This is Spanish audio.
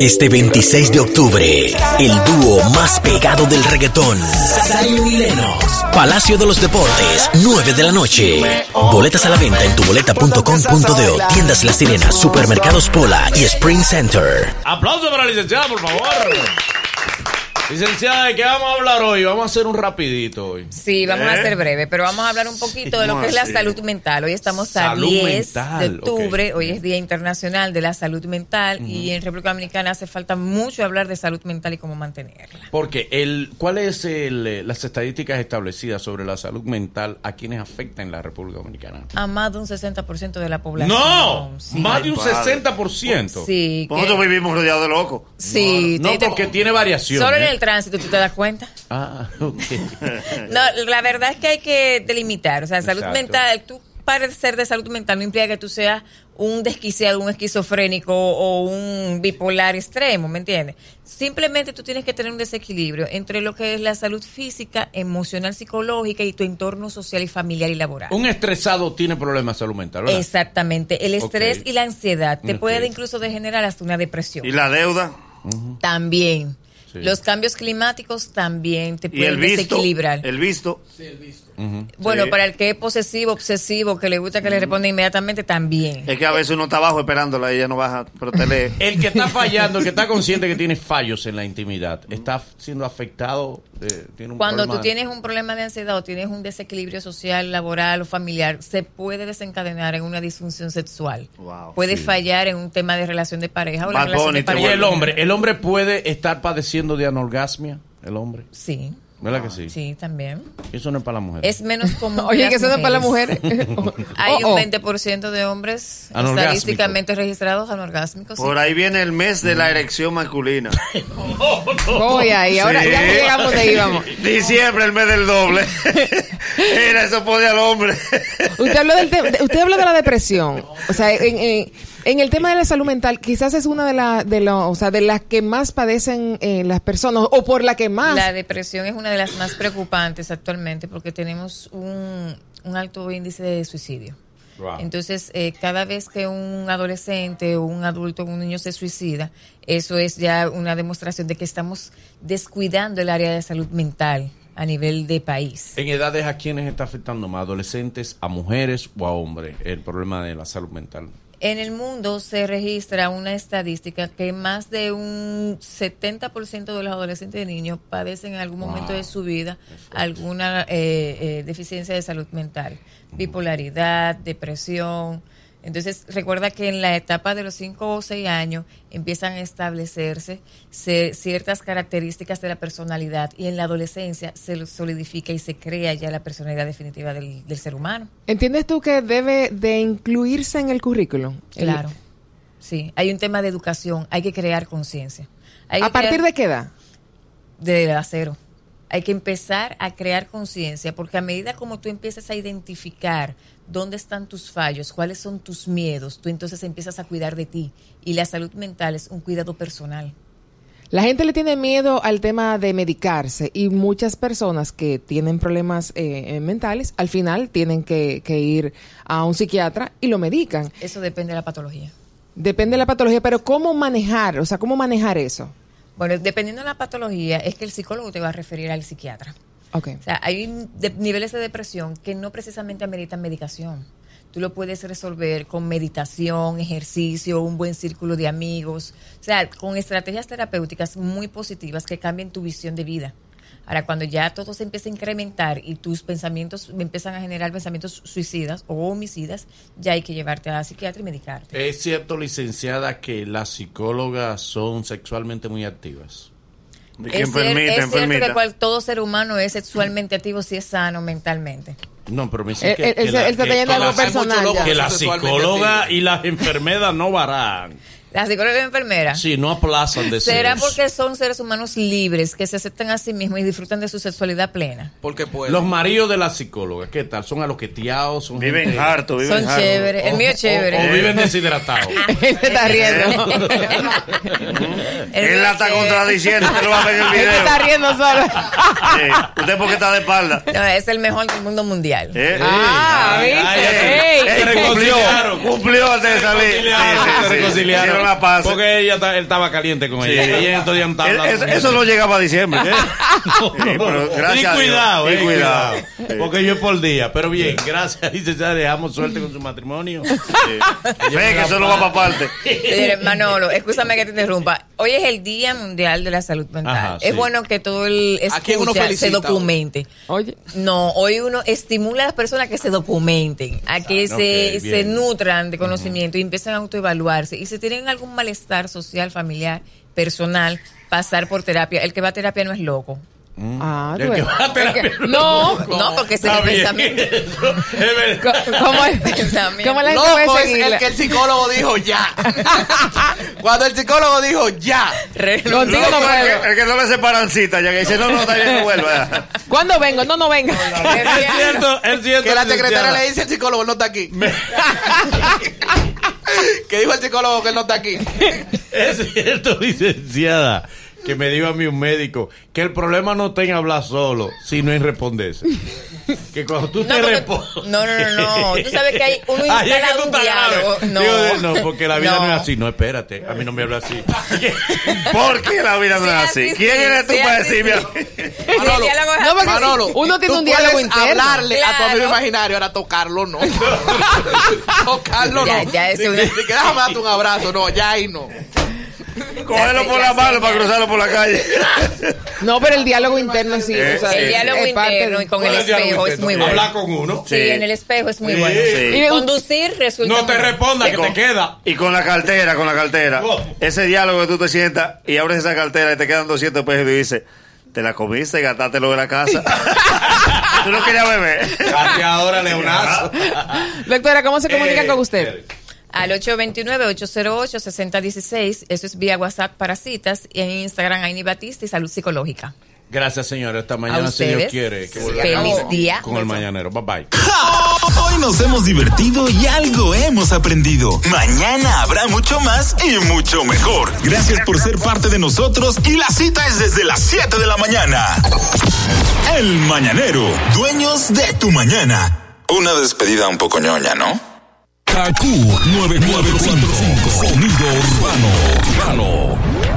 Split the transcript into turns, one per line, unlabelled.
Este 26 de octubre, el dúo más pegado del reggaetón, Zion y Lennox, Palacio de los Deportes, 9 de la noche. Boletas a la venta en tuboleta.com.de, tiendas La Sirena, supermercados Pola y Spring Center.
Aplauso para la licenciada, por favor. Licenciada, ¿de qué vamos a hablar hoy? Vamos a hacer un rapidito hoy.
Sí, vamos
¿Eh?
a ser breve, pero vamos a hablar un poquito de lo que es la salud mental. Hoy estamos a
Salud
10
mental,
de octubre, hoy es Día Internacional de la Salud Mental y en República Dominicana hace falta mucho hablar de salud mental y cómo mantenerla.
Porque el, ¿cuál es el, eh, las estadísticas establecidas sobre la salud mental a quienes afecta en la República Dominicana?
A más de un 60% de la población.
No,
Sí.
más de un
Ay, padre.
60%.
Sí, que-
Nosotros vivimos rodeados de locos.
sí,
No,
te- te-
porque tiene variación.
Solo en
¿eh?
el tránsito, ¿tú te das cuenta?
Ah, ok.
No, la verdad es que hay que delimitar. O sea, salud
Exacto.
mental, tú parecer de salud mental no implica que tú seas un desquiciado, un esquizofrénico o un bipolar extremo, ¿me entiendes? Simplemente tú tienes que tener un desequilibrio entre lo que es la salud física, emocional, psicológica y tu entorno social y familiar y laboral.
Un estresado tiene problemas de salud mental, ¿verdad?
Exactamente. El estrés
Ok.
y la ansiedad te
Ok.
puede incluso degenerar hasta una depresión.
Y la deuda.
También.
Sí.
Los cambios climáticos también te
Y el
pueden
visto.
desequilibrar.
El visto.
Bueno,
Sí.
para el que es posesivo, obsesivo, que le gusta que le responda inmediatamente, también.
Es que a veces uno está abajo esperándola y ella no baja. Pero te lee.
El que está fallando, el que está consciente que tiene fallos en la intimidad, está siendo afectado. eh, tiene un
Cuando
problema-
tú tienes un problema de ansiedad o tienes un desequilibrio social, laboral o familiar, se puede desencadenar en una disfunción sexual.
Wow,
puede fallar en un tema de relación de pareja o la
Bad
relación
Bunny
de
te
Y
pareja.
el hombre, el hombre puede estar padeciendo de anorgasmia, el hombre.
Sí,
¿Verdad que sí?
sí, también.
Eso no es para la mujer.
Es menos común.
Oye,
las
que eso no es para las mujeres.
Hay
Oh, oh.
un 20% de hombres
Anorgásmico.
estadísticamente registrados anorgásmicos. sí.
Por ahí viene el mes de la erección masculina.
Voy ahí. oh, Ahora
Sí.
ya que llegamos de ahí, vamos.
Diciembre, el mes del doble. Mira, eso pone al hombre.
Usted habló, del te- de- usted habló de la depresión. O sea, en, en- en el tema de la salud mental, quizás es una de, la, de, lo- o sea, de las que más padecen eh, las personas o por la que más.
La depresión es una de las más preocupantes actualmente porque tenemos un, un alto índice de suicidio.
Wow.
Entonces, eh, cada vez que un adolescente o un adulto o un niño se suicida, eso es ya una demostración de que estamos descuidando el área de salud mental a nivel de país.
en edades a quienes está afectando más, adolescentes, a mujeres o a hombres, el problema de la salud mental.
En el mundo se registra una estadística que más de un 70% de los adolescentes y niños padecen en algún momento de su vida alguna eh, eh, deficiencia de salud mental, bipolaridad, depresión. Entonces, recuerda que en la etapa de los 5 o 6 años empiezan a establecerse se- ciertas características de la personalidad y en la adolescencia se lo- solidifica y se crea ya la personalidad definitiva del, del ser humano.
¿Entiendes tú que debe de incluirse en el currículum? El-
Claro. Sí, hay un tema de educación, hay que crear conciencia. Hay
¿A
que
partir de
crear-
qué edad?
de la cero. Hay que empezar a crear conciencia, porque a medida como tú empiezas a identificar dónde están tus fallos, cuáles son tus miedos, tú entonces empiezas a cuidar de ti. Y la salud mental es un cuidado personal.
La gente le tiene miedo al tema de medicarse y muchas personas que tienen problemas eh, eh, mentales al final tienen que, que ir a un psiquiatra y lo medican.
Eso depende de la patología.
Depende de la patología, pero ¿cómo manejar? O sea, ¿cómo manejar eso?
Bueno, dependiendo de la patología, es que el psicólogo te va a referir al psiquiatra.
Ok.
O sea, hay de- niveles de depresión que no precisamente ameritan medicación. Tú lo puedes resolver con meditación, ejercicio, un buen círculo de amigos. O sea, con estrategias terapéuticas muy positivas que cambien tu visión de vida. Ahora, cuando ya todo se empieza a incrementar y tus pensamientos empiezan a generar pensamientos suicidas o homicidas, ya hay que llevarte a psiquiatra y medicarte.
¿Es cierto, licenciada, que las psicólogas son sexualmente muy activas?
Quien
es cier-
permita,
es
quien
cierto
permita.
que cual- todo ser humano es sexualmente activo si es sano mentalmente.
No, pero me
Él-
dicen que,
él-
que
él se-
la-
él se
que
eh, está yendo a algo
todas-
personal ya.
que las
Sexualmente
psicólogas
activas.
y las enfermeras no varán.
La psicóloga y enfermera.
Sí, no aplazan de
¿Ah? ¿Será porque son seres humanos libres que se aceptan a sí mismos y disfrutan de su sexualidad plena?
Porque puede.
Los maridos de las psicólogas, ¿qué tal? ¿Son a los queteados? Son
Viven
gente-
harto, viven
Son
harto.
chéveres. El mío es
O
chévere.
viven deshidratados.
Él se está
Este
riendo.
El
Él
mío
la
es
está
chévere.
contradiciendo, usted lo va a ver en el
Él se
video.
está riendo solo.
Sí. Usted porque está de espalda.
No, es el mejor del mundo mundial.
¿Eh?
Ah,
Ay,
¿viste?
ay, ay,
Ey.
Se
Ey, cumplió,
reconciliaron.
cumplió antes de salir.
reconciliaron, se reconciliaron.
Hicieron la pase.
Porque ella ta- él estaba caliente con ella.
Sí.
Y ella entonces ya no estaba
Eh,
hablando
Eso,
con
eso
ella.
no llegaba a diciembre. ¿eh? Sí, pero gracias a
y
Dios,
cuidado,
y
eh, cuidado.
cuidado. Sí.
Porque yo es por día. Pero bien, gracias. Dice, ya dejamos suerte con su matrimonio.
Ve que eso no va para parte.
Señores, Manolo, escúchame que te interrumpa. Hoy es el Día Mundial de la Salud Mental.
Ajá, sí.
Es bueno que todo el
¿A quién uno
escucha se
felicita hoy?
documente.
Oye,
No, hoy uno estimula a las personas que se documenten, a que
Ah,
se,
ok,
se
bien.
nutran de conocimiento y empiecen a autoevaluarse. Y si tienen algún malestar social, familiar, personal, pasar por terapia. El que va a terapia no es loco.
ah,
El Mm. que
bueno.
va a terapia.
No,
No, porque se
Está bien.
pensamiento.
Eso, es verdad.
¿cómo es?
Pensamiento.
¿Cómo la gente
Loco
puede
es el
seguirla?
que el psicólogo dijo ya. Cuando el psicólogo dijo ya.
Contigo no
Loco, el,
puedo.
que, el que no le separan cita, ya que dice, no, no, está bien, no vuelva.
¿Cuándo vengo? No, no venga.
Es cierto, es cierto.
Que la secretaria
licenciada.
le dice al psicólogo, él no está aquí. que dijo el psicólogo que él no está aquí.
Es cierto, licenciada, que me dijo a mí un médico que el problema no está en hablar solo, sino en responderse. Que cuando tú
No,
te
porque-
respondes.
no, no, no, no. Tú sabes que hay- uno
Ay, es que
instala
tú
un
estás
diálogo.
grave.
No.
Digo, de- no, porque la vida no.
No.
es así. No, espérate, a mí no me habla así.
¿Por qué la vida no es
Sí,
así?
así
¿Quién
sí,
eres tú
sí,
para
así
decirme a
sí.
mí?
Sí, el diálogo es
No, porque-
así.
Manolo,
Uno tiene
tú
un diálogo
puedes
interno.
hablarle a tu
Claro.
amigo imaginario, ahora tocarlo no. tocarlo
Ya,
no.
ya es una-
Ni que déjame darte un abrazo, no, ya ahí no.
Cogerlo por la mano para cruzarlo por la calle.
No, pero el diálogo interno sí. o sea,
El diálogo
es parte
interno
de-
y con el espejo es muy bueno.
Hablar con uno.
Sí, en el espejo es muy
Sí.
bueno.
Sí.
Y-
Conducir resulta.
No te
muy-
respondas, que te queda.
Y con la cartera, con la cartera.
¿Cómo?
Ese diálogo que tú te sientas y abres esa cartera y te quedan 200 pesos y tú dices, te la comiste y gastaste lo de la casa. tú no querías beber.
Date ahora, Leonazo.
Doctora, ¿cómo se comunican
Eh,
con usted?
Al 829-808-6016. Eso es vía WhatsApp para citas. Y en Instagram, Aini Batista y Salud Psicológica.
Gracias, señora. Esta
A
mañana, si Dios
ustedes,
quiere, que
feliz
volvamos
día.
con el mañanero. Bye bye.
Hoy nos hemos divertido y algo hemos aprendido. Mañana habrá mucho más y mucho mejor. Gracias por ser parte de nosotros y la cita es desde las 7 de la mañana. El Mañanero, dueños de tu mañana. Una despedida un poco ñoña, ¿no?
KQ 945, sonido urbano. urbano.